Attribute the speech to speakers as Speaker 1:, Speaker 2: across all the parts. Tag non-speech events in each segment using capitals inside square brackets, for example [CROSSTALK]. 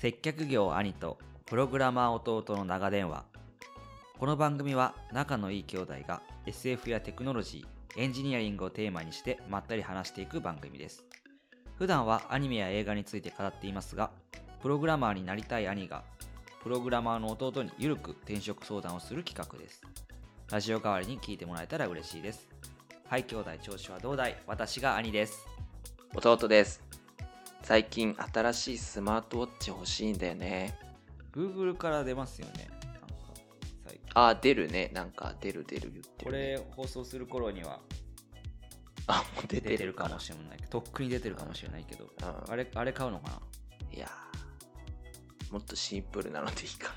Speaker 1: 接客業兄とプログラマー弟の長電話この番組は仲のいい兄弟が SF やテクノロジーエンジニアリングをテーマにしてまったり話していく番組です普段はアニメや映画について語っていますがプログラマーになりたい兄がプログラマーの弟にゆるく転職相談をする企画ですラジオ代わりに聞いてもらえたら嬉しいですはい兄弟調子はどうだい私が兄です
Speaker 2: 弟です最近新しいスマートウォッチ欲しいんだよね
Speaker 1: Google から出ますよねなんか最近
Speaker 2: あー出るねなんか出る出る言って
Speaker 1: こ
Speaker 2: るね、
Speaker 1: れ放送する頃には
Speaker 2: あもう出
Speaker 1: 出て
Speaker 2: てる
Speaker 1: る
Speaker 2: か
Speaker 1: か
Speaker 2: な
Speaker 1: もしれないけどとっくに出てるかもしれないけど
Speaker 2: うん
Speaker 1: あれあれ買うのかない
Speaker 2: やーもっとシンプルなのでいいか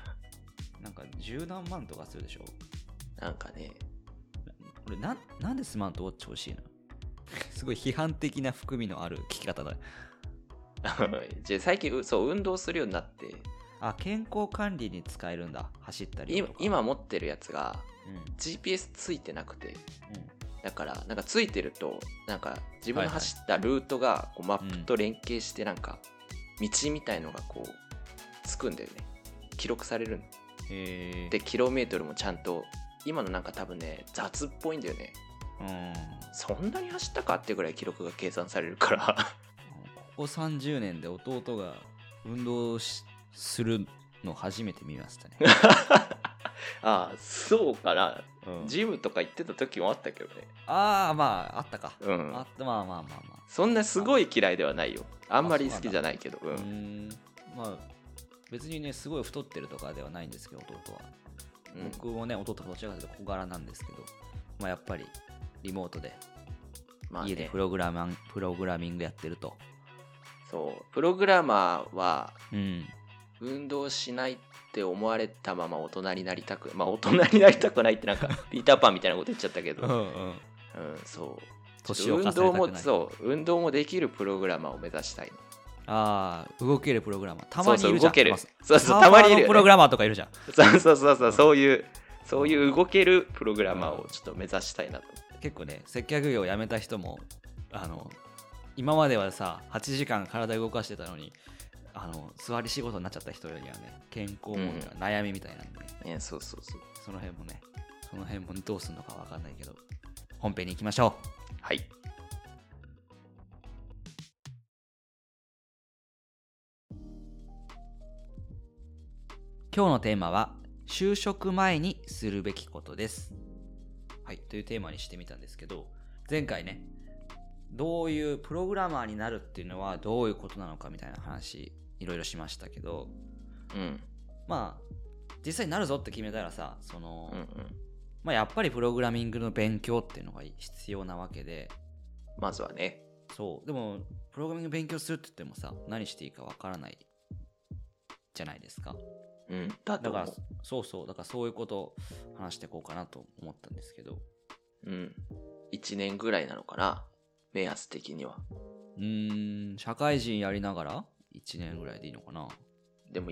Speaker 1: なんか十何万とかするでしょ
Speaker 2: ななん [LAUGHS] かね
Speaker 1: 俺なんなんでスマートウォッチ欲しいのすごい批判的な含みのある聞き方だね
Speaker 2: じゃあ最近うそう運動するようになって
Speaker 1: あ健康管理に使えるんだ走ったり
Speaker 2: 今
Speaker 1: とか
Speaker 2: 今持ってるやつが
Speaker 1: うんうん
Speaker 2: GPS ついてなくてだからなんかついてるとなんか自分の走ったルートがこうマップと連携してなんか道みたいのがこうつくんだよね記録されるん
Speaker 1: へえ
Speaker 2: でキロメートルもちゃんと今のなんか多分ね雑っぽいんだよね
Speaker 1: うん
Speaker 2: そんなに走ったかってぐらい記録が計算されるから
Speaker 1: [LAUGHS] ここ30年で弟が運動しするの初めて見ま
Speaker 2: [LAUGHS]
Speaker 1: したね、
Speaker 2: ああそうかな
Speaker 1: うん
Speaker 2: ジムとか行ってた時もあったけどね
Speaker 1: ああまああったか、
Speaker 2: うん
Speaker 1: あったまあまあまあまあ
Speaker 2: そんなすごい嫌いではないよあんまり好きじゃないけどう
Speaker 1: うーん
Speaker 2: ん、
Speaker 1: まあ別にねすごい太ってるとかではないんですけど弟は、
Speaker 2: うん
Speaker 1: 僕もね弟とどちらかというと小柄なんですけどまあやっぱりリモートで
Speaker 2: まあね
Speaker 1: 家でプログラマン、プログラミングやってると
Speaker 2: そうプログラマーは
Speaker 1: うん
Speaker 2: 運動しないって思われたまま大人になりたくまあ大人になりたくないってな
Speaker 1: [LAUGHS]
Speaker 2: んかピーターパンみたいなこと言っちゃったけど、うん、そう
Speaker 1: 年を重ねた
Speaker 2: 運動
Speaker 1: く
Speaker 2: も
Speaker 1: ない
Speaker 2: そう運動もできるプログラマーを目指したい
Speaker 1: ああ動けるプログラマーたまにいるじゃ
Speaker 2: そうそうん動ける
Speaker 1: まあ
Speaker 2: そうそう
Speaker 1: サーバー
Speaker 2: たまにいるよね
Speaker 1: のプログラマーとかいるじゃん
Speaker 2: そうそうそうそうそういうそういう動けるプログラマーをちょっと目指したいなと
Speaker 1: 結構ね接客業を辞めた人もあの今まではさ8時間体動かしてたのにあの座り仕事になっちゃった人にはね健康問題、悩みみたいなんでね
Speaker 2: ねそうそうそう
Speaker 1: その辺もね、その辺もどうするのかわかんないけど、本編に行きましょ
Speaker 2: はい
Speaker 1: う。今日のテーマは、就職前にするべきことです。はい、というテーマにしてみたんですけど、前回ね、どういうプログラマーになるっていうのはどういうことなのかみたいな話、いろいろしましたけど、
Speaker 2: うん
Speaker 1: まあ、実際になるぞって決めたらさ、その、
Speaker 2: うんうん
Speaker 1: まあやっぱりプログラミングの勉強っていうのが必要なわけで、
Speaker 2: まずはね
Speaker 1: そうでもプログラミング勉強するって言ってもさ何していいかわからないじゃないですか
Speaker 2: うんだ
Speaker 1: だ
Speaker 2: と思
Speaker 1: か
Speaker 2: う
Speaker 1: らそうそうだからそういうことを話していこうかなと思ったんですけど
Speaker 2: うん1年ぐらいなのかな目安的には
Speaker 1: うーん社会人やりながら1年ぐらいでいいのかな
Speaker 2: でも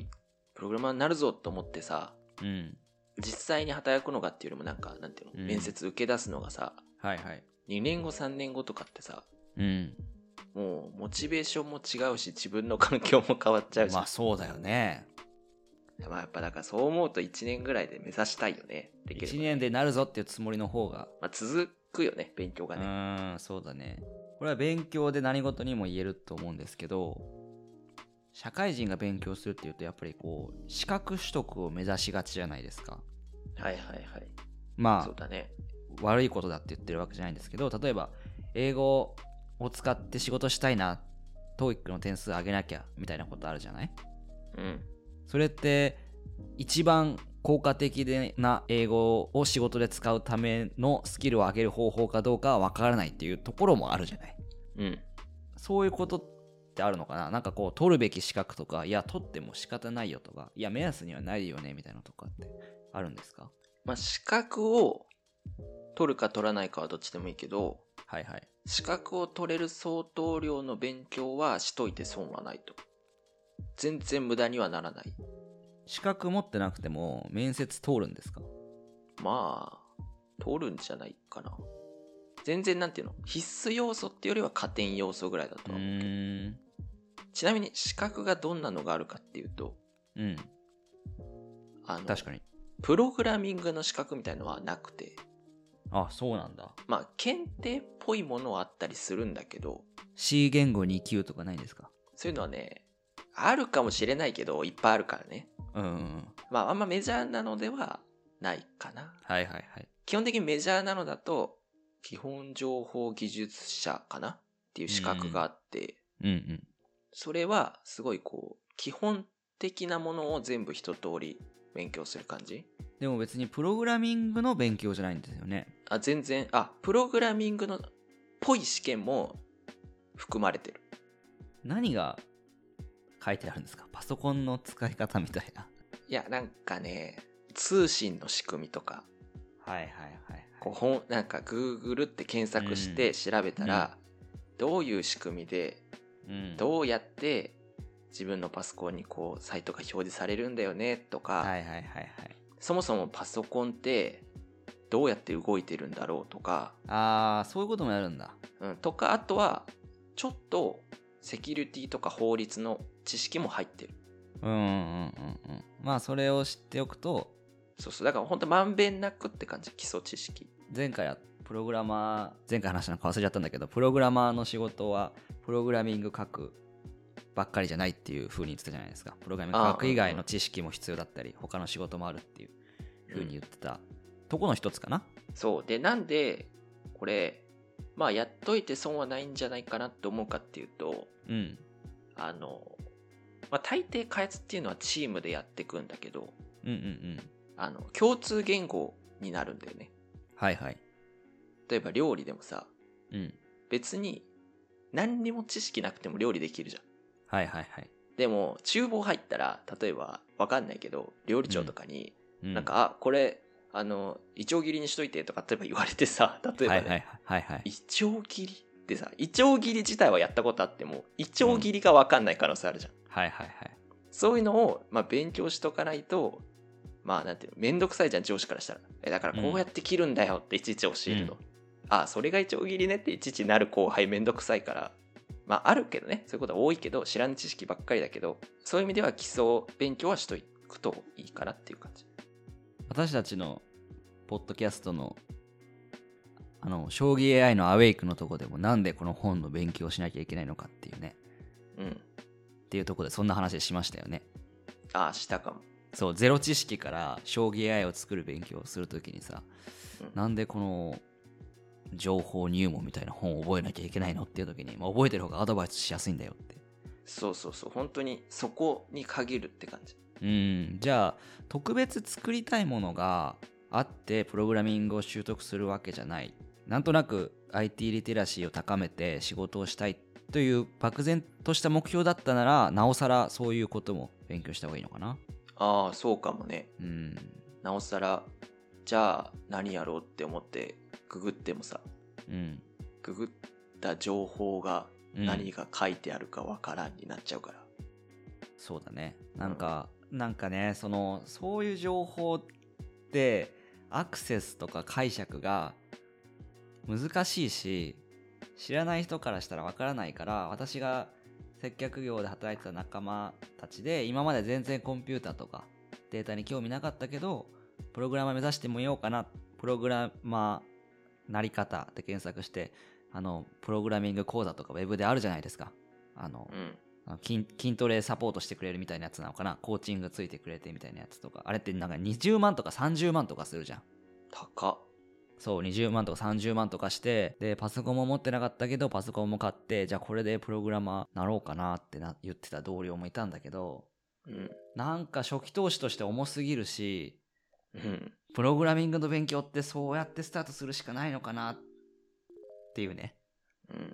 Speaker 2: プログラマーになるぞと思ってさ
Speaker 1: うん
Speaker 2: 実際に働くのがっていうよりもなんかなんていうの、
Speaker 1: うん
Speaker 2: 面接受け出すのがさ
Speaker 1: はいはい
Speaker 2: 2年後3年後とかってさ
Speaker 1: うん
Speaker 2: もうモチベーションも違うし自分の環境も変わっちゃうし、
Speaker 1: まあそうだよね
Speaker 2: まあやっぱだからそう思うと1年ぐらいで目指したいよね。できれば
Speaker 1: 1年でなるぞっていうつもりの方が
Speaker 2: まあ、続くよね、勉強
Speaker 1: う
Speaker 2: がね。
Speaker 1: ーんそうだねこれは勉強で何事にも言えると思うんですけど社会人が勉強するっていうとやっぱりこう資格取得を目指しがちじゃないですか
Speaker 2: はいはいはい。そ
Speaker 1: ま
Speaker 2: うだね。
Speaker 1: あ悪いことだって言ってるわけじゃないんですけど例えば英語を使って仕事したいな TOEIC の点数上げなきゃみたいなことあるじゃない
Speaker 2: うん。
Speaker 1: それって一番効果的でな英語を仕事で使うためのスキルを上げる方法かどうかは分からないっていうところもあるじゃない
Speaker 2: うん。
Speaker 1: そういうことってあるのかななんかこう取るべき資格とかいや取っても仕方ないよとかいや目安にはないよねみたいなのとかってあるんですか
Speaker 2: まあ、資格を取るか取らないかはどっちでもいいけど、
Speaker 1: はいはい
Speaker 2: 資格を取れる相当量の勉強はしといて損はないと。全然無駄にはならない。
Speaker 1: 資格持ってなくても面接通るんですか
Speaker 2: まあ、取るんじゃないかな。全然なんていうの必須要素っていうよりは加点要素ぐらいだと
Speaker 1: う
Speaker 2: は思うけど
Speaker 1: ーん
Speaker 2: ちなみに資格がどんなのがあるかっていうと、
Speaker 1: うん。
Speaker 2: あの
Speaker 1: 確かに。
Speaker 2: プログラミングの資格みたいのはなくて、
Speaker 1: あ、そうなんだ。
Speaker 2: まあ、検定っぽいものはあったりするんだけど、
Speaker 1: C 言語2級とかないんですか
Speaker 2: そういうのはね、あるかもしれないけど、いっぱいあるからね。
Speaker 1: うんうんうん。
Speaker 2: まあ、あんまメジャーなのではないかな。
Speaker 1: はいはいはい。
Speaker 2: 基本的にメジャーなのだと、基本情報技術者かなっていう資格があって、
Speaker 1: うんうん。
Speaker 2: それはすごいこう、基本的なものを全部一通り勉強する感じ
Speaker 1: でも別にプログラミングの勉強じゃないんですよね。
Speaker 2: あ、全然、あ、プログラミングのっぽい試験も含まれてる。
Speaker 1: 何が書いてあるんですかパソコンの使い方みたいな。
Speaker 2: いや、なんかね、通信の仕組みとか、
Speaker 1: はいはいはい。
Speaker 2: こう本なんか Google って検索して調べたら、どういう仕組みで
Speaker 1: うん、
Speaker 2: どうやって自分のパソコンにこうサイトが表示されるんだよねとか、
Speaker 1: はいはいはいはい。
Speaker 2: そもそもパソコンってどうやって動いてるんだろうとか、
Speaker 1: ああ、そういうこともやるんだ。
Speaker 2: うん、とかあとはちょっとセキュリティとか法律の知識も入ってる
Speaker 1: うんうんうんうんうん。まあそれを知っておくと、
Speaker 2: そうそうだから本当まんべんなくって感じ基礎知識
Speaker 1: 前回はプログラマー、前回話したのか忘れちゃったんだけど、プログラマーの仕事はプログラミング書くばっかりじゃないっていう風に言ってたじゃないですか。プログラミング書く以外の知識も必要だったり、他の仕事もあるっていう風に言ってたとこの一つかな。
Speaker 2: そうでなんでこれまあやっといて損はないんじゃないかなって思うかっていうと
Speaker 1: うん。
Speaker 2: あの、まあ、大抵開発っていうのはチームでやっていくんだけど
Speaker 1: うんうんうん。
Speaker 2: あの共通言語になるんだよね
Speaker 1: はいはい。
Speaker 2: 例えば料理でもさ
Speaker 1: うん。
Speaker 2: 別に何にも知識なくても料理できるじゃん
Speaker 1: はいはいはい。
Speaker 2: でも厨房入ったら例えばわかんないけど料理長とかに、
Speaker 1: う
Speaker 2: なん、かあこれあのいちょう切りにしといてとか例えば言われてさ例えば
Speaker 1: は
Speaker 2: ね、
Speaker 1: いはいはいはい。
Speaker 2: いちょう切りってさいちょう切り自体はやったことあってもいちょう切りがわかんない可能性あるじゃん、
Speaker 1: はいはいはい。
Speaker 2: そういうのを、まあ、勉強しとかないとまあなんていうのめんどくさいじゃん上司からしたらえだからこうやって切るんだよっていちいち教えるの、
Speaker 1: うん
Speaker 2: あそれがいちょう切りねっていちいちなる後輩めんどくさいからまああるけどねそういうことは多いけど知らん知識ばっかりだけどそういう意味では基礎勉強はしとくといいかなっていう感じ
Speaker 1: 私たちのポッドキャストのあの将棋 AI のアウェイクのとこでもなんでこの本の勉強をしなきゃいけないのかっていうね
Speaker 2: うん
Speaker 1: っていうとこでそんな話しましたよね
Speaker 2: あしたかも
Speaker 1: そうゼロ知識から将棋 AI を作る勉強をするときにさ、
Speaker 2: うん
Speaker 1: なんでこの情報入門みたいな本を覚えなきゃいけないのっていうときに、まあ、覚えてる方がアドバイスしやすいんだよって
Speaker 2: そうそうそう本当にそこに限るって感じ
Speaker 1: うんじゃあ特別作りたいものがあってプログラミングを習得するわけじゃないなんとなく IT リテラシーを高めて仕事をしたいという漠然とした目標だったならなおさらそういうことも勉強した方がいいのかな
Speaker 2: ああそうかもね
Speaker 1: うん
Speaker 2: なおさらじゃあ何やろうって思ってググってもさ
Speaker 1: うん
Speaker 2: ググった情報が
Speaker 1: うん
Speaker 2: 何が書いてあるかわからんになっちゃうから、
Speaker 1: そうだねなんか、なんかねそのそういう情報ってアクセスとか解釈が難しいし知らない人からしたらわからないから私が接客業で働いてた仲間たちで今まで全然コンピューターとかデータに興味なかったけどプログラマー目指してみようかなプログラマーなり方で検索してあのプログラミング講座とかウェブであるじゃないですかあの、
Speaker 2: うん、
Speaker 1: あの筋筋トレサポートしてくれるみたいなやつなのかなコーチングついてくれてみたいなやつとかあれってなんか20万とか30万とかするじゃん
Speaker 2: 高っ
Speaker 1: そう20万とか30万とかしてでパソコンも持ってなかったけどパソコンも買ってじゃあこれでプログラマーなろうかなってな言ってた同僚もいたんだけど
Speaker 2: うん
Speaker 1: なんか初期投資として重すぎるし
Speaker 2: うん
Speaker 1: プログラミングの勉強ってそうやってスタートするしかないのかなっていうね
Speaker 2: うん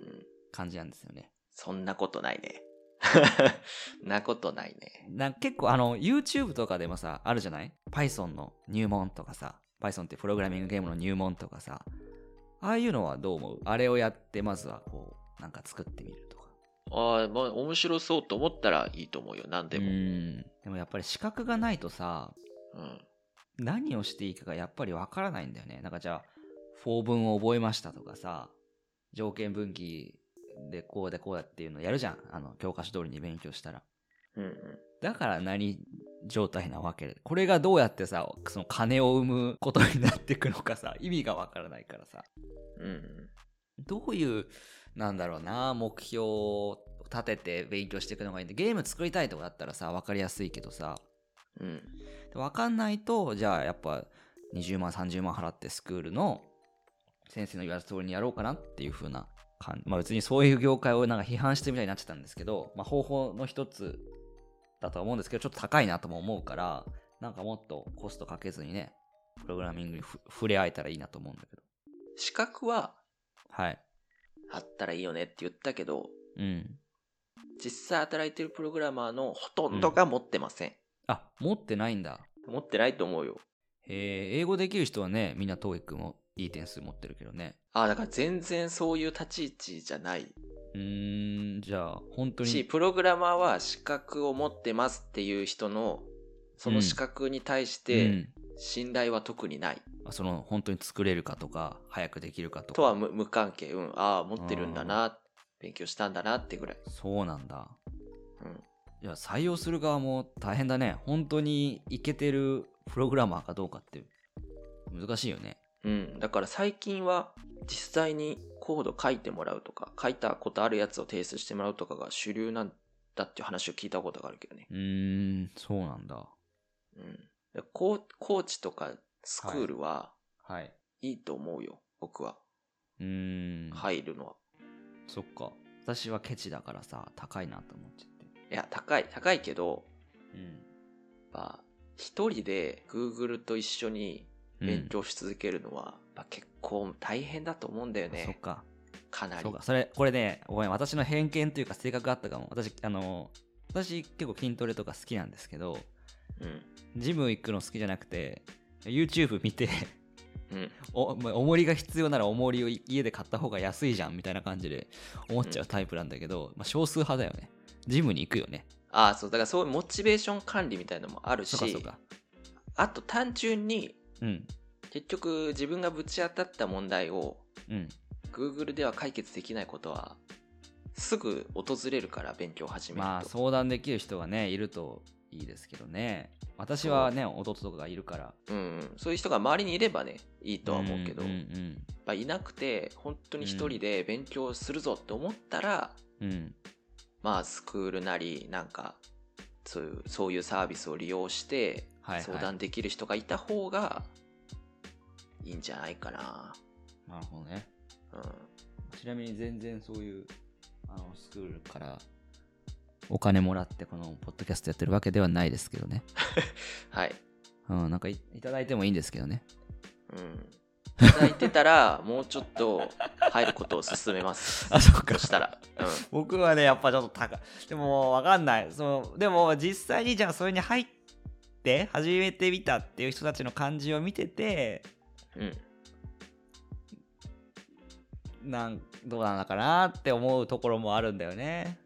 Speaker 1: 感じなんですよね
Speaker 2: そんなことないね [LAUGHS] なことないね
Speaker 1: なんか結構あの YouTube とかでもさあるじゃない ?Python の入門とかさ Python ってプログラミングゲームの入門とかさああいうのはどう思うあれをやってまずはこうなんか作ってみるとか
Speaker 2: ああまあ面白そうと思ったらいいと思うよ何で
Speaker 1: う
Speaker 2: も
Speaker 1: んでもやっぱり資格がないとさ
Speaker 2: うん
Speaker 1: 何をしていいかがやっぱりわからないんだよねなんかじゃあ法文を覚えましたとかさ条件分岐でこうでこうだっていうのやるじゃんあの教科書通りに勉強したら
Speaker 2: うんうん
Speaker 1: だから何状態なわけでこれがどうやってさその金を生むことになっていくのかさ意味がわからないからさ
Speaker 2: うんうん
Speaker 1: どういうなんだろうな目標を立てて勉強していくのがいいんでゲーム作りたいとかだったらさ分かりやすいけどさ
Speaker 2: うん
Speaker 1: 分かんないとじゃあやっぱ20万30万払ってスクールの先生の言われた通りにやろうかなっていう風な感じまあ別にそういう業界をなんか批判してるみたいになっちゃったんですけど、まあ、方法の一つだとは思うんですけどちょっと高いなとも思うからなんかもっとコストかけずにねプログラミングにふ触れ合えたらいいなと思うんだけど
Speaker 2: 資格は
Speaker 1: はい
Speaker 2: あったらいいよねって言ったけど
Speaker 1: うん
Speaker 2: 実際働いてるプログラマーのほとんどが持ってません、
Speaker 1: あ持ってないんだ
Speaker 2: 持ってないと思うよ
Speaker 1: えー英語できる人はね、みんな TOEIC もいい点数持ってるけどね。
Speaker 2: ああだから全然そういう立ち位置じゃないう
Speaker 1: ーん、じゃあ、本当
Speaker 2: し
Speaker 1: に。
Speaker 2: プログラマーは資格を持ってますっていう人のその資格に対し
Speaker 1: う
Speaker 2: て
Speaker 1: ん
Speaker 2: 信頼は特にない、
Speaker 1: あその、本当に作れるかとか、早くできるかとか。
Speaker 2: とは無無関係うんああ持ってるんだな勉強したんだなってぐらい、
Speaker 1: そうなんだ。
Speaker 2: うん、
Speaker 1: いや、採用する側も大変だね。本当にいけてるプログラマーかどうかって、難しいよね。
Speaker 2: うん、だから最近は実際にコード書いてもらうとか書いたことあるやつを提出してもらうとかが主流なんだっていう話を聞いたことがあるけどね、
Speaker 1: うーん、そうなんだ。
Speaker 2: うん、でコーコーチとかスクールは
Speaker 1: はい。
Speaker 2: いいと思うよ、僕は
Speaker 1: うーん。い。
Speaker 2: 入るのは
Speaker 1: そっか。私はケチだからさ、高いなと思っちゃって。
Speaker 2: いや高い高いけど
Speaker 1: うん。
Speaker 2: やっぱ一人で Google と一緒に勉強し続けるのは、やっぱ結構大変だと思うんだよ
Speaker 1: うん、そっ
Speaker 2: ね
Speaker 1: か。
Speaker 2: かなり
Speaker 1: そうか、それ、これね、ごめん、私の偏見というか性格があったかも。私、あの、私結構筋トレとか好きなんですけど、
Speaker 2: うん
Speaker 1: ジム行くの好きじゃなくて、YouTube 見て、 [LAUGHS]
Speaker 2: うん
Speaker 1: お、まあ重りが必要なら重りを家で買った方が安いじゃんみたいな感じで思っちゃうタイプなんだけど、まあ少数派だよね。ジムに行くよね。
Speaker 2: ああそうだからそういうモチベーション管理みたいのもある
Speaker 1: そうかそう
Speaker 2: し
Speaker 1: か。
Speaker 2: あと単純に
Speaker 1: うん。
Speaker 2: 結局自分がぶち当たった問題を
Speaker 1: うん。
Speaker 2: Google では解決できないことはすぐ訪れるから勉強を始めると、
Speaker 1: まあ相談できる人がね、いるといいですけどね。私はね、弟とかがいるから。
Speaker 2: うんうん、そういう人が周りにいればねいいとは思うけど、
Speaker 1: ん
Speaker 2: やっぱいなくて本当に一人で勉強するぞって思ったら、
Speaker 1: うん。うん。
Speaker 2: まあスクールなりなんかそういうそういうサービスを利用して
Speaker 1: はいはい
Speaker 2: 相談できる人がいた方がいいんじゃないかな、
Speaker 1: なるほどね。
Speaker 2: うん、
Speaker 1: ちなみに全然そういうあのスクールからお金もらってこのポッドキャストやってるわけではないですけどね。
Speaker 2: はい、
Speaker 1: うん、なんかいいただいてもいいんですけどね。
Speaker 2: うん、いただいてた
Speaker 1: [LAUGHS]
Speaker 2: らもうちょっと入ることを勧めます
Speaker 1: あそっか
Speaker 2: そしたら、うん、
Speaker 1: 僕はね、やっぱちょっと高い。でもわかんない。そのでも実際にじゃあそれに入って始めてみたっていう人たちの感じを見てて、
Speaker 2: うん、
Speaker 1: なんどうなのかなって思うところもあるんだよね。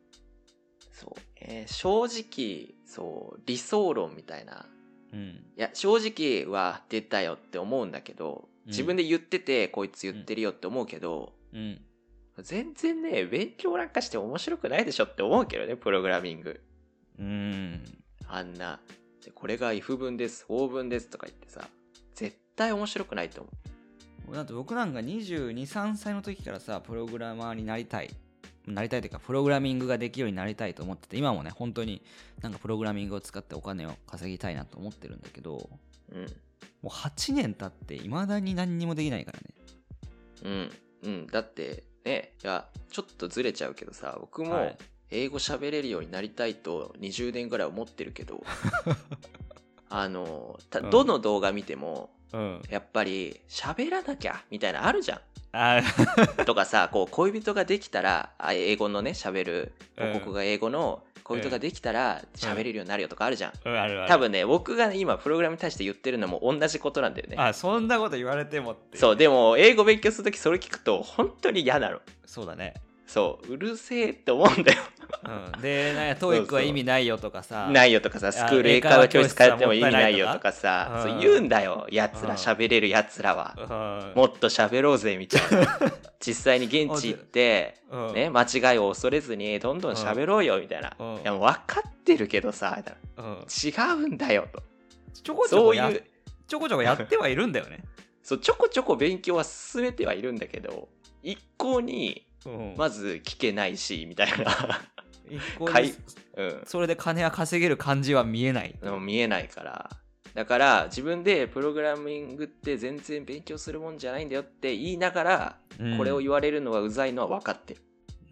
Speaker 2: そう、えー正直そう理想論みたいな
Speaker 1: うん。
Speaker 2: いや正直は出たよって思うんだけど
Speaker 1: うん
Speaker 2: 自分で言ってて、こいつ言ってるよって思うけど、
Speaker 1: うん。
Speaker 2: 全然ね勉強なんかして面白くないでしょって思うけどねプログラミング
Speaker 1: うん。
Speaker 2: あんなでこれが if 文です法文ですとか言ってさ絶対面白くないと思
Speaker 1: だって僕なんか22、3歳の時からさ、プログラマーになりたい。なりたいというか、プログラミングができるようになりたいと思ってて、今もね、本当になんかプログラミングを使ってお金を稼ぎたいなと思ってるんだけど、
Speaker 2: ううん
Speaker 1: もう8年経って、未だに何にもできないからね。
Speaker 2: うんうんだってねいやちょっとずれちゃうけどさ僕
Speaker 1: は
Speaker 2: も
Speaker 1: い
Speaker 2: 英語喋れるようになりたいと20年ぐらい思ってるけ
Speaker 1: [LAUGHS]
Speaker 2: どあのた
Speaker 1: うん
Speaker 2: どの動画見ても
Speaker 1: うん。
Speaker 2: やっぱり喋らなきゃみたいなのあるじゃん
Speaker 1: あ
Speaker 2: とかさこう恋人ができたらあ英語のね喋る
Speaker 1: うん
Speaker 2: 母国が英語の恋人ができたら喋れるようになるよとかあるじゃん
Speaker 1: あるある
Speaker 2: 多分ね僕がね今プログラムに対して言ってるのも同じことなんだよね
Speaker 1: あ、そんなこと言われてもって。
Speaker 2: そうでも英語勉強するときそれ聞くと本当に嫌なの
Speaker 1: そうだね。
Speaker 2: そううるせえって思うんだよ
Speaker 1: うん、でなんかトーイックは意味ないよとかさ
Speaker 2: ないよとかさ、スクール英
Speaker 1: 英
Speaker 2: 会
Speaker 1: 会
Speaker 2: 話
Speaker 1: 話
Speaker 2: 教
Speaker 1: 教
Speaker 2: 室
Speaker 1: 室
Speaker 2: 通っても意味ないよとか
Speaker 1: も
Speaker 2: さ
Speaker 1: っ、たい
Speaker 2: そ
Speaker 1: な
Speaker 2: う
Speaker 1: いとか
Speaker 2: 言うんだよ、やつら、
Speaker 1: うん
Speaker 2: 喋れるやつらは。
Speaker 1: うん
Speaker 2: もっと喋ろうぜみたい
Speaker 1: [LAUGHS]
Speaker 2: な。実際に現地行って、
Speaker 1: うん
Speaker 2: ね、間違いを恐れずに、どんどん喋ろうよみたいな。
Speaker 1: うん
Speaker 2: いや、もう分かってるけどさ、みたい
Speaker 1: うん
Speaker 2: な違うんだよと。
Speaker 1: ちょこちょ
Speaker 2: そ
Speaker 1: こ
Speaker 2: う
Speaker 1: や
Speaker 2: いう、
Speaker 1: ちょこちょこやってはいるんだよね、
Speaker 2: そう、ちょこちょこ勉強は進めてはいるんだけど、一向に、
Speaker 1: うん
Speaker 2: まず聞けないし、みたいな。 [LAUGHS]
Speaker 1: 一向に
Speaker 2: かいうん。
Speaker 1: それで金は稼げる感じは見えない
Speaker 2: でも見えないからだから自分でプログラミングって全然勉強するもんじゃないんだよって言いながらこれを言われるのはうざいのは分かってる、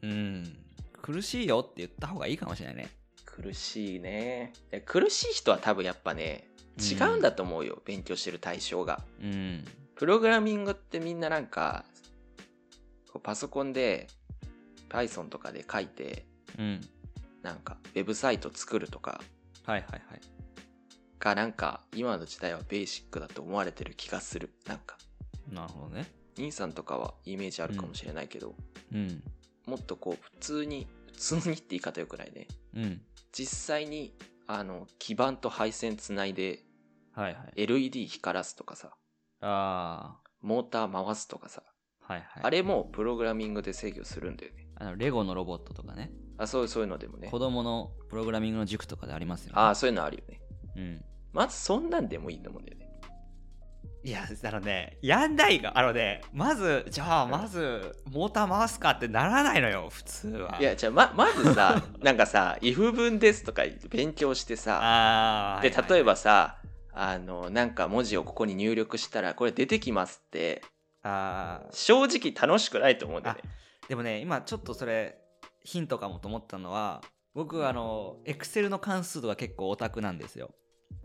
Speaker 1: うん、うん苦しいよって言った方がいいかもしれないね
Speaker 2: 苦しいねで苦しい人は多分やっぱね違うんだと思うよ、勉強してる対象が
Speaker 1: うん
Speaker 2: プログラミングってみんななんかこうパソコンで Python とかで書いて
Speaker 1: うん
Speaker 2: なんかウェブサイト作るとか
Speaker 1: はいはいはい
Speaker 2: がなんか今の時代はベーシックだと思われてる気がするなんか
Speaker 1: なるほどね
Speaker 2: 兄さんとかはイメージあるかもしれないけど、
Speaker 1: うん
Speaker 2: もっとこう普通に普通にって言い方よくないね
Speaker 1: うん
Speaker 2: 実際にあの基板と配線つないで
Speaker 1: はいはい
Speaker 2: LED 光らすとかさ
Speaker 1: あ
Speaker 2: モーター回すとかさ
Speaker 1: あはいはい
Speaker 2: あれもプログラミングで制御するんだよね
Speaker 1: あのレゴのロボットとかね
Speaker 2: あそうそういうのでもね
Speaker 1: 子供のプログラミングの塾とかでありますよね
Speaker 2: ああそういうのあるよね
Speaker 1: うん
Speaker 2: まずそんなんでもいいと思うんだよね
Speaker 1: いやあのねやんないがあのねまずじゃあまずモーター回すかってならないのよ普通はい
Speaker 2: やじゃあままず [LAUGHS] さなんかさ「if 文です」とか言って勉強してさ
Speaker 1: ああ
Speaker 2: で例え
Speaker 1: ば
Speaker 2: ばさあのなんか文字をここに入力したらこれ出てきますって
Speaker 1: あー
Speaker 2: 正直楽しくないと思うんだよね。
Speaker 1: でもね今ちょっとそれヒントかもと思ったのは僕あのエクセルの関数とか結構オタクなんですよ、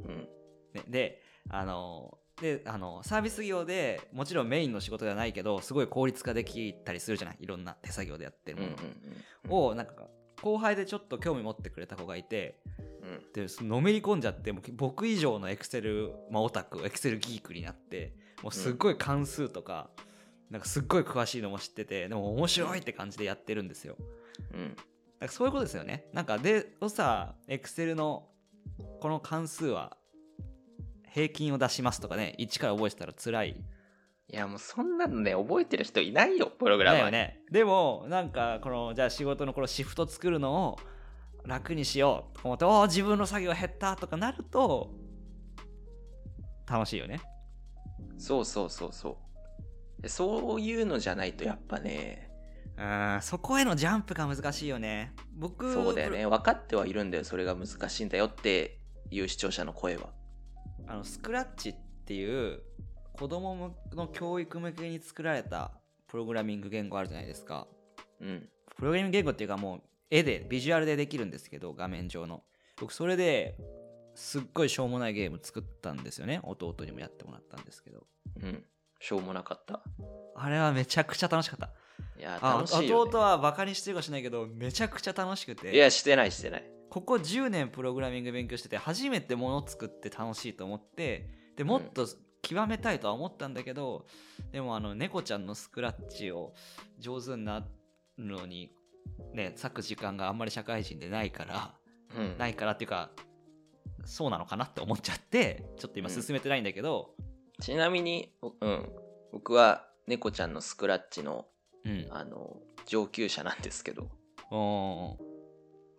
Speaker 2: うん、
Speaker 1: ね、であのであのサービス業でもちろんメインの仕事ではないけどすごい効率化できたりするじゃないいろんな手作業でやってる
Speaker 2: うん、う
Speaker 1: も
Speaker 2: ん
Speaker 1: の、をなんか後輩でちょっと興味持ってくれた子がいて
Speaker 2: うん、うん。
Speaker 1: でそののめり込んじゃってもう僕以上のエクセル、まあ、オタクエクセルギークになってもうすっごい関数とか、なんかすっごい詳しいのも知っててでも面白いって感じでやってるんですよ
Speaker 2: うん、
Speaker 1: なんかそういうことですよねなんかでをさエクセルのこの関数は平均を出しますとかね1から覚えてたら辛い
Speaker 2: いや、もうそんなのね、覚えてる人いないよ、プログラマ
Speaker 1: だ
Speaker 2: ー。
Speaker 1: よねでもなんかこのじゃあ仕事のこのシフト作るのを楽にしようとか思っておー自分の作業減ったとかなると楽しいよね
Speaker 2: そうそうそうそう。でそういうのじゃないと、やっぱね、
Speaker 1: うんそこへのジャンプが難しいよね僕
Speaker 2: そうだよね、分かってはいるんだよ、それが難しいんだよっていう視聴者の声は。
Speaker 1: あのスクラッチっていう子供向の教育向けに作られたプログラミング言語あるじゃないですか
Speaker 2: うん、
Speaker 1: プログラミング言語っていうかもう絵でビジュアルでできるんですけど画面上の僕それですっごいしょうもないゲーム作ったんですよね弟にもやってもらったんですけど
Speaker 2: うん、しょうもなかった。
Speaker 1: あれはめちゃくちゃ楽しかった
Speaker 2: いや、
Speaker 1: あ
Speaker 2: 楽しいよ、ね。
Speaker 1: 弟はバカにしてるかしないけどめちゃくちゃ楽しくて
Speaker 2: いや、してない、してない。
Speaker 1: ここ10年プログラミング勉強してて初めてもの作って楽しいと思ってでもっと極めたいとは思ったんだけど、でもあの猫ちゃんのスクラッチを上手になるのにね割く時間があんまり社会人でないから
Speaker 2: うん、
Speaker 1: ないからっていうかそうなのかなって思っちゃってちょっと今
Speaker 2: うん
Speaker 1: 進めてないんだけど、
Speaker 2: ちなみに、おうん、僕は猫ちゃんのスクラッチの、
Speaker 1: うん
Speaker 2: あの、上級者なんですけど。
Speaker 1: お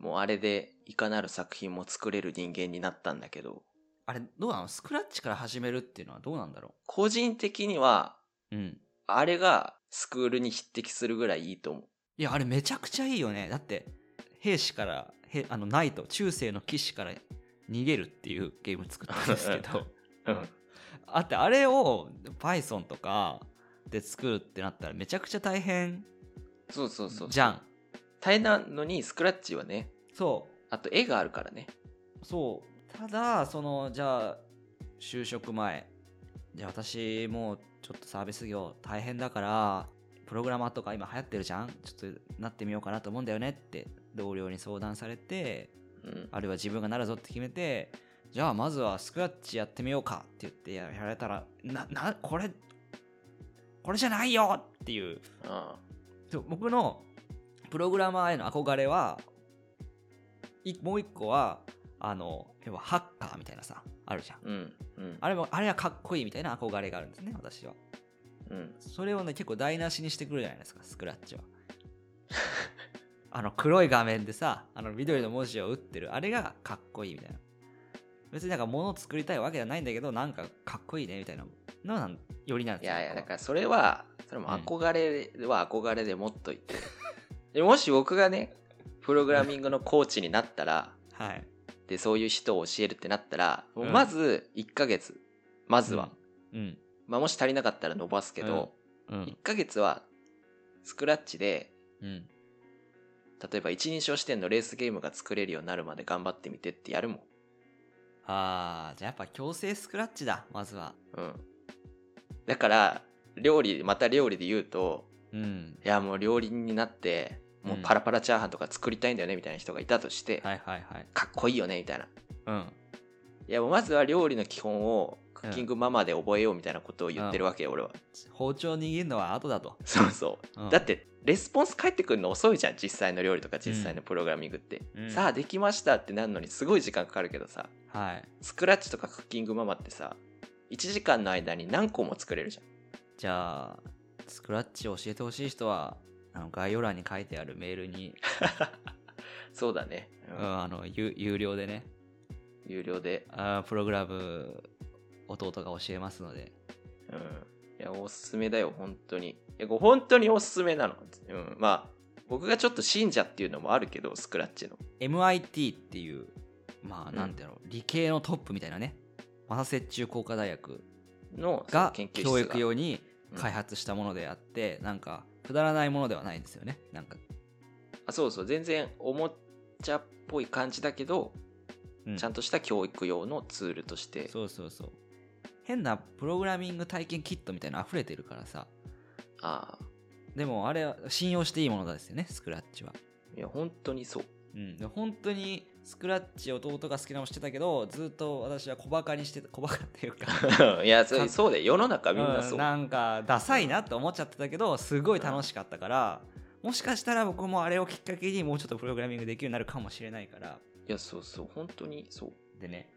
Speaker 1: ー
Speaker 2: もうあれでいかなる作品も作れる人間になったんだけど、
Speaker 1: あれどうなのスクラッチから始めるっていうのはどうなんだろ
Speaker 2: 個人的には、
Speaker 1: ううん
Speaker 2: あれがスクールに匹敵するぐらいいいと思う。
Speaker 1: いやあれめちゃくちゃいいよねだって兵士からへあのナイト中世の騎士から逃げるっていうゲーム作ったんですけど
Speaker 2: うん。
Speaker 1: あってあれを Python とかで作るってなったらめちゃくちゃ大変
Speaker 2: そうそうそう。
Speaker 1: じゃん
Speaker 2: 大変なのにスクラッチはね、
Speaker 1: そ
Speaker 2: あと絵があるからね。
Speaker 1: うそうただそのじゃあ就職前じゃあ私もうちょっとサービス業大変だからプログラマーとか今流行ってるじゃんちょっとなってみようかなと思うんだよねって同僚に相談されて
Speaker 2: うん。
Speaker 1: あるいは自分がなるぞって決めてじゃあまずはスクラッチやってみようかって言ってややられたらななこれこれじゃないよっていう
Speaker 2: あ
Speaker 1: そう僕のプログラマーへの憧れはいもう一個はあの要はハッカーみたいなさあるじゃん
Speaker 2: うんうん
Speaker 1: あれもあれはかっこいいみたいな憧れがあるんですね私は
Speaker 2: うん
Speaker 1: それをね結構台無しにしてくるじゃないですかスクラッ
Speaker 2: [LAUGHS]
Speaker 1: チはあの黒い画面でさあの緑の文字を打ってるあれがかっこいいみたいな別になんか物を作りたいわけじゃないんだけどなんかかっこいいねみたいなのなんよりなん
Speaker 2: い
Speaker 1: ですよ
Speaker 2: やいやだ
Speaker 1: 僕
Speaker 2: か
Speaker 1: は
Speaker 2: らそれはそれも憧れは憧れで持っといて、でもし僕がねプログラミングのコーチになったら
Speaker 1: はい
Speaker 2: でそういう人を教えるってなったら、もううんまず1ヶ月まずは、
Speaker 1: うん
Speaker 2: まあ、もし足りなかったら伸ばすけど、
Speaker 1: うん
Speaker 2: 1ヶ月はスクラッチで
Speaker 1: うん
Speaker 2: 例えば一人称視点のレースゲームが作れるようになるまで頑張ってみてってやるもん
Speaker 1: あーじゃあやっぱ強制スクラッチだまずは
Speaker 2: うんだから料理また料理で言うと
Speaker 1: うん
Speaker 2: いやもう料理人になってもうパラパラチャーハンとか作りたいんだよねみたいな人がいたとして、
Speaker 1: はいはいはい
Speaker 2: かっこいいよねみたいな
Speaker 1: うん
Speaker 2: いやもうまずは料理の基本をクッキングママで覚えようみたいなことを言ってるわけよ、俺は
Speaker 1: 包丁握るのは後だと、
Speaker 2: そうそう
Speaker 1: うん
Speaker 2: だってレスポンス返ってくるの遅いじゃん実際の料理とか実際のプログラミングって、
Speaker 1: うん
Speaker 2: さあできましたってなるのにすごい時間かかるけどさ
Speaker 1: はい
Speaker 2: スクラッチとかクッキングママってさ1時間の間に何個も作れるじゃん
Speaker 1: じゃあスクラッチを教えてほしい人はあの概要欄に書いてあるメールに、
Speaker 2: そうだね、う
Speaker 1: うんん、あの有有料でね
Speaker 2: 有料で、
Speaker 1: あープログラム弟が教えますので
Speaker 2: うん、いやおすすめだよ本当にいやこれ本当におすすめなの、うん、まあ僕がちょっと信者っていうのもあるけどスクラッチの
Speaker 1: MIT っていうまあ
Speaker 2: うん
Speaker 1: なんていうの、理系のトップみたいなねマサセッチュ工科大学
Speaker 2: のその
Speaker 1: が
Speaker 2: 研究室
Speaker 1: 教育
Speaker 2: が
Speaker 1: 用に開発したものであって、なんかくだらないものではないんですよねなんか、
Speaker 2: あそうそう全然おもちゃっぽい感じだけど
Speaker 1: う
Speaker 2: ちゃんとした教育用のツールとして
Speaker 1: そうそうそう変なプログラミング体験キットみたいなの溢れてるからさ
Speaker 2: ああ
Speaker 1: でもあれは信用していいものですよねスクラッチは、
Speaker 2: いや本当にそう [LAUGHS]
Speaker 1: うん、で本当にスクラッチ弟が好きなのしてたけどずっと私は小バカにしてた小バカっていうか
Speaker 2: いやそ
Speaker 1: か
Speaker 2: うそうだよ世の中 [LAUGHS] みんな
Speaker 1: う
Speaker 2: そ
Speaker 1: ん
Speaker 2: う、
Speaker 1: なんかダサいなって思っちゃってたけどすごい楽しかったからもしかしたら僕もあれをきっかけにもうちょっとプログラミングできるようになるかもしれないから
Speaker 2: いやそうそう本当にそう
Speaker 1: でね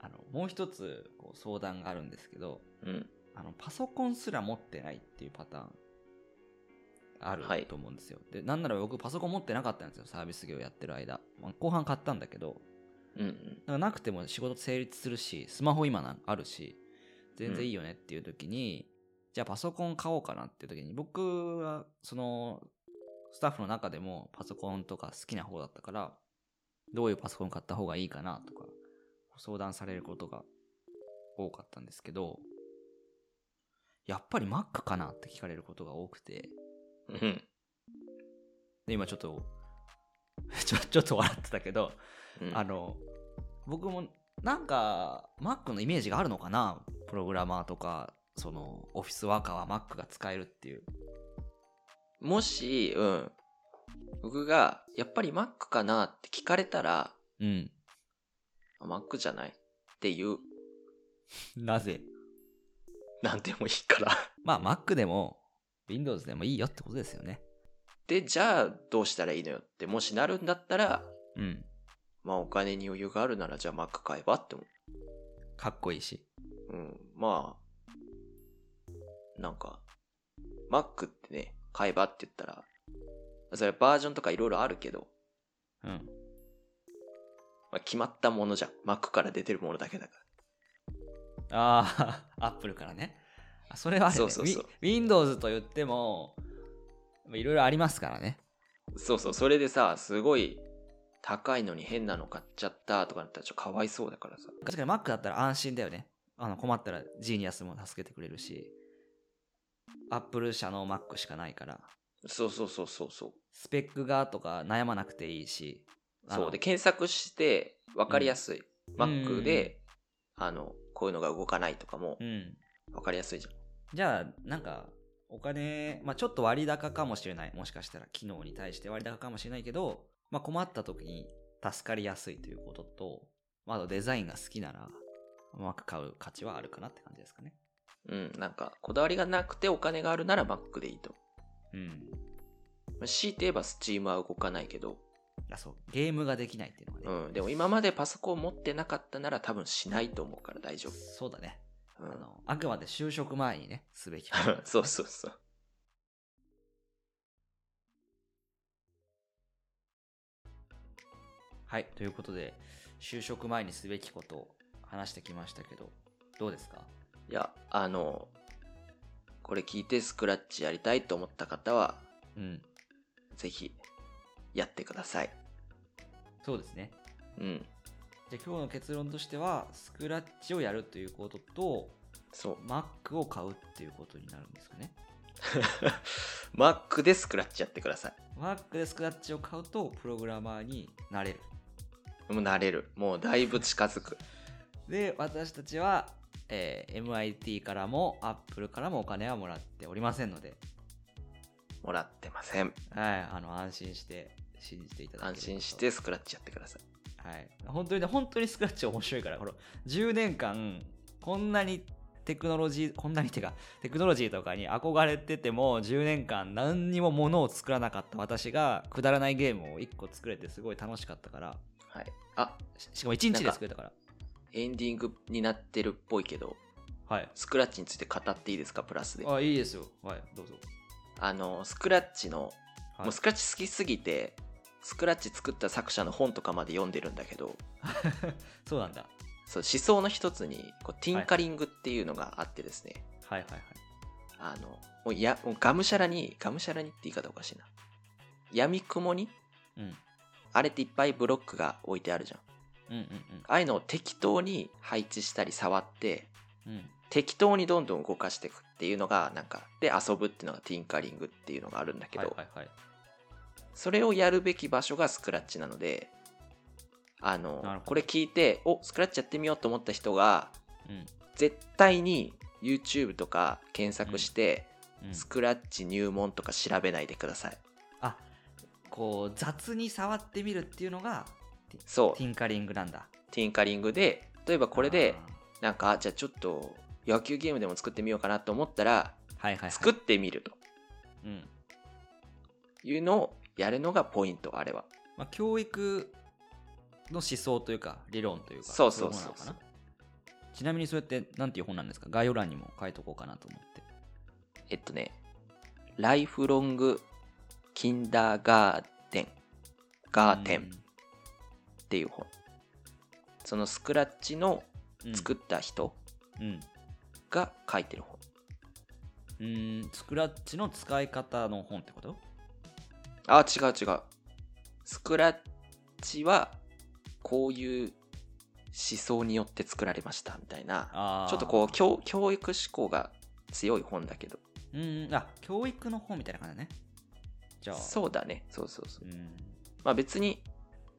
Speaker 1: あのもう一つこう相談があるんですけど
Speaker 2: うん
Speaker 1: あのパソコンすら持ってないっていうパターンある
Speaker 2: はい
Speaker 1: と思うんですよ、でなんなら僕パソコン持ってなかったんですよサービス業やってる間、まあ後半買ったんだけど
Speaker 2: うんうん
Speaker 1: だからなくても仕事成立するしスマホ今なんあるし全然いいよねっていう時に、じゃあパソコン買おうかなっていう時に僕はそのスタッフの中でもパソコンとか好きな方だったからどういうパソコン買った方がいいかなとか相談されることが多かったんですけどやっぱり Mac かなって聞かれることが多くて
Speaker 2: うん
Speaker 1: で今ちょっと [LAUGHS] ちょちょっと笑ってたけど
Speaker 2: うん
Speaker 1: あの僕もなんか Mac のイメージがあるのかなプログラマーとかそのオフィスワーカーは Mac が使えるっていう
Speaker 2: もしうん僕がやっぱり Mac かなって聞かれたら
Speaker 1: うん
Speaker 2: あ Mac じゃないっていう
Speaker 1: なぜ
Speaker 2: なんでもいいから [LAUGHS]
Speaker 1: まあ Mac でも Windows でもいいよってことですよね
Speaker 2: でじゃあどうしたらいいのよってもしなるんだったら
Speaker 1: うん
Speaker 2: まあお金に余裕があるならじゃあ Mac 買えばって思
Speaker 1: かっこいいし
Speaker 2: ううんまあなんか Mac ってね買えばって言ったらそれはバージョンとかいろいろあるけど
Speaker 1: うん
Speaker 2: まあ、決まったものじゃん。Mac から出てるものだけだか
Speaker 1: あ [LAUGHS] あ Apple からねあそれはあれ、ね、
Speaker 2: そうそうそう
Speaker 1: Wi- Windows と言ってもまあいろいろありますからね
Speaker 2: ら。そうそう、それでさ、すごい高いのに変なの買っちゃったとかなったらちょっとかわいそうだからさ。
Speaker 1: 確かに Mac だったら安心だよね。あの困ったらジーニアスも助けてくれるし、Apple 社の Mac しかないから、
Speaker 2: そうそうそうそうそう。
Speaker 1: スペックがとか悩まなくていいし、あの
Speaker 2: そうで、検索して分かりやすい。Mac で、あの、こういうのが動かないとかも
Speaker 1: うん。
Speaker 2: 分かりやすいじゃん。
Speaker 1: じゃあ、なんか、お金、まあちょっと割高かもしれない。もしかしたら、機能に対して割高かもしれないけど、まあ困った時に助かりやすいということと、まああとデザインが好きなら、Mac 買う価値はあるかなって感じですかね。
Speaker 2: うん、なんか、こだわりがなくてお金があるなら Mac でいいと。
Speaker 1: うん。
Speaker 2: まあ強いて言えば Steam は動かないけど、
Speaker 1: あそうゲームができないっていうのがね、
Speaker 2: うん、でも今までパソコン持ってなかったなら多分しないと思うから大丈
Speaker 1: そうだね
Speaker 2: 夫。う
Speaker 1: あ
Speaker 2: ん、 [LAUGHS]
Speaker 1: のあくまで就職前にねすべきことだ
Speaker 2: そうそうそう。
Speaker 1: はいということで就職前にすべきことを話してきましたけどどうですか
Speaker 2: いや、あの、これ聞いてスクラッチやりたいと思った方は、
Speaker 1: うん
Speaker 2: ぜひやってください。
Speaker 1: そうですね
Speaker 2: うん。
Speaker 1: じゃあ今日の結論としてはスクラッチをやるということと
Speaker 2: そう。 [LAUGHS]
Speaker 1: Mac を買うっていうことになるんですかね
Speaker 2: Mac でスクラッチやってください。
Speaker 1: Mac でスクラッチを買うとプログラマーになれる
Speaker 2: もう慣れる。もうだいぶ近づく。
Speaker 1: で私たちは、えー MIT からも Apple からもお金はもらっておりませんので、
Speaker 2: もらってません。
Speaker 1: はい、あの安心して信じていただければ
Speaker 2: 安
Speaker 1: と
Speaker 2: 心して、スクラッチやってください。
Speaker 1: はい、本当にね本当にスクラッチ面白いからこの10年間こんなにテクノロジーこんなにてかテクノロジーとかに憧れてても10年間何にも物を作らなかった私がくだらないゲームを1個作れてすごい楽しかったから
Speaker 2: はい。あ、
Speaker 1: ししかも1日
Speaker 2: なん
Speaker 1: で
Speaker 2: か
Speaker 1: 作れたから
Speaker 2: エンディングになってるっぽいけど、
Speaker 1: はい
Speaker 2: スクラッチについて語っていいですか、プラスで。
Speaker 1: あいいですよはいどうぞ、
Speaker 2: あの、スクラッチの、
Speaker 1: はい
Speaker 2: もうスクラッチ好きすぎて、スクラッチ作った作者の本とかまで読んでるんだけど、
Speaker 1: そうなんだ
Speaker 2: そう思想の一つにこうティンカリングっていうのがあってですね、
Speaker 1: はいはいはい
Speaker 2: あのもうやもうがむしゃらにがむしゃらにって言い方おかしいな闇雲に
Speaker 1: うん
Speaker 2: あれっていっぱいブロックが置いてあるじゃん
Speaker 1: うん
Speaker 2: ああいうのを適当に配置したり触って
Speaker 1: うんうんうん
Speaker 2: 適当にどんどん動かしていくっていうのがなんかで遊ぶっていうのがティンカリングっていうのがあるんだけど、
Speaker 1: はいはいはい
Speaker 2: それをやるべき場所がスクラッチなので
Speaker 1: な
Speaker 2: あ
Speaker 1: る
Speaker 2: の
Speaker 1: ほど
Speaker 2: これ聞いておスクラッチやってみようと思った人が
Speaker 1: うん
Speaker 2: 絶対に YouTube とか検索して、
Speaker 1: うん
Speaker 2: スクラッチ入門とか調べないでください
Speaker 1: あこう雑に触ってみるっていうのがティ
Speaker 2: そう
Speaker 1: ティンカリングなんだ
Speaker 2: ティンカリングで例えばこれで
Speaker 1: あー
Speaker 2: なんかあじゃあちょっと野球ゲームでも作ってみようかなと思ったら
Speaker 1: はいはい、はい、
Speaker 2: 作ってみると
Speaker 1: うん
Speaker 2: いうのをやるのがポイントあれは
Speaker 1: まあ、教育の思想というか理論というか
Speaker 2: そうそう
Speaker 1: いも
Speaker 2: そう
Speaker 1: のなのかなちなみにそうやってなんていう本なんですか概要欄にも書いとこうかなと思って
Speaker 2: えっとねライフロングキンダーガーデンガーテンっていう本そのスクラッチの
Speaker 1: うん
Speaker 2: 作った人
Speaker 1: うん
Speaker 2: が書いてる本
Speaker 1: うんうんスクラッチの使い方の本ってこと
Speaker 2: あ、違う違う。スクラッチは、こういう思想によって作られました、みたいな。
Speaker 1: あー
Speaker 2: ちょっとこう教、教育思考が強い本だけど。
Speaker 1: ううんあ教育の本みたいな感じだねじゃあ
Speaker 2: そうだね。そうそうそう
Speaker 1: ん
Speaker 2: う。まあ別に、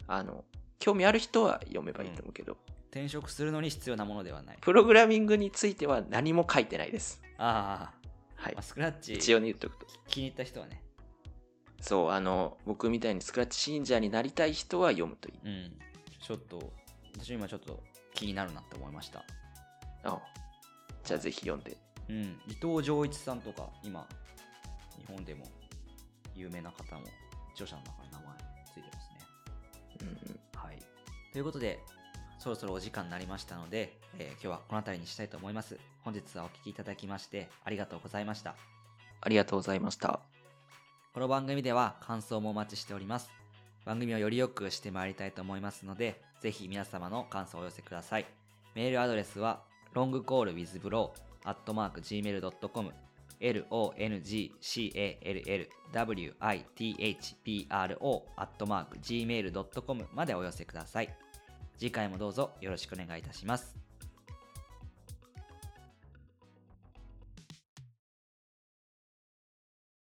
Speaker 2: あの、興味ある人は読めばいいと思うけど、
Speaker 1: 転職するのに必要なものではない
Speaker 2: プログラミングについては何も書いてないです。
Speaker 1: あー、
Speaker 2: はい
Speaker 1: まあ、。スクラッチ
Speaker 2: 一応に言っとくと。
Speaker 1: 気に入った人はね
Speaker 2: そう、あの、僕みたいにスクラッチ信者になりたい人は読むといい。
Speaker 1: うんちょっと私今ちょっと気になるなって思いました
Speaker 2: あじゃあぜひ読んで。
Speaker 1: うん、伊藤浄一さんとか、今、日本でも有名な方も、著者の中に名前ついてますね。
Speaker 2: うんうん
Speaker 1: はい。ということで、そろそろお時間になりましたので、えー今日はこの辺りにしたいと思います。本日はお聞きいただきまして、ありがとうございました。
Speaker 2: ありがとうございました。
Speaker 1: この番組では感想もお待ちしております。番組をより良くしてまいりたいと思いますので、ぜひ皆様の感想をお寄せください。メールアドレスは、longcallwithbro.gmail.com longcallwithbro.gmail.com までお寄せください。次回もどうぞよろしくお願いいたします。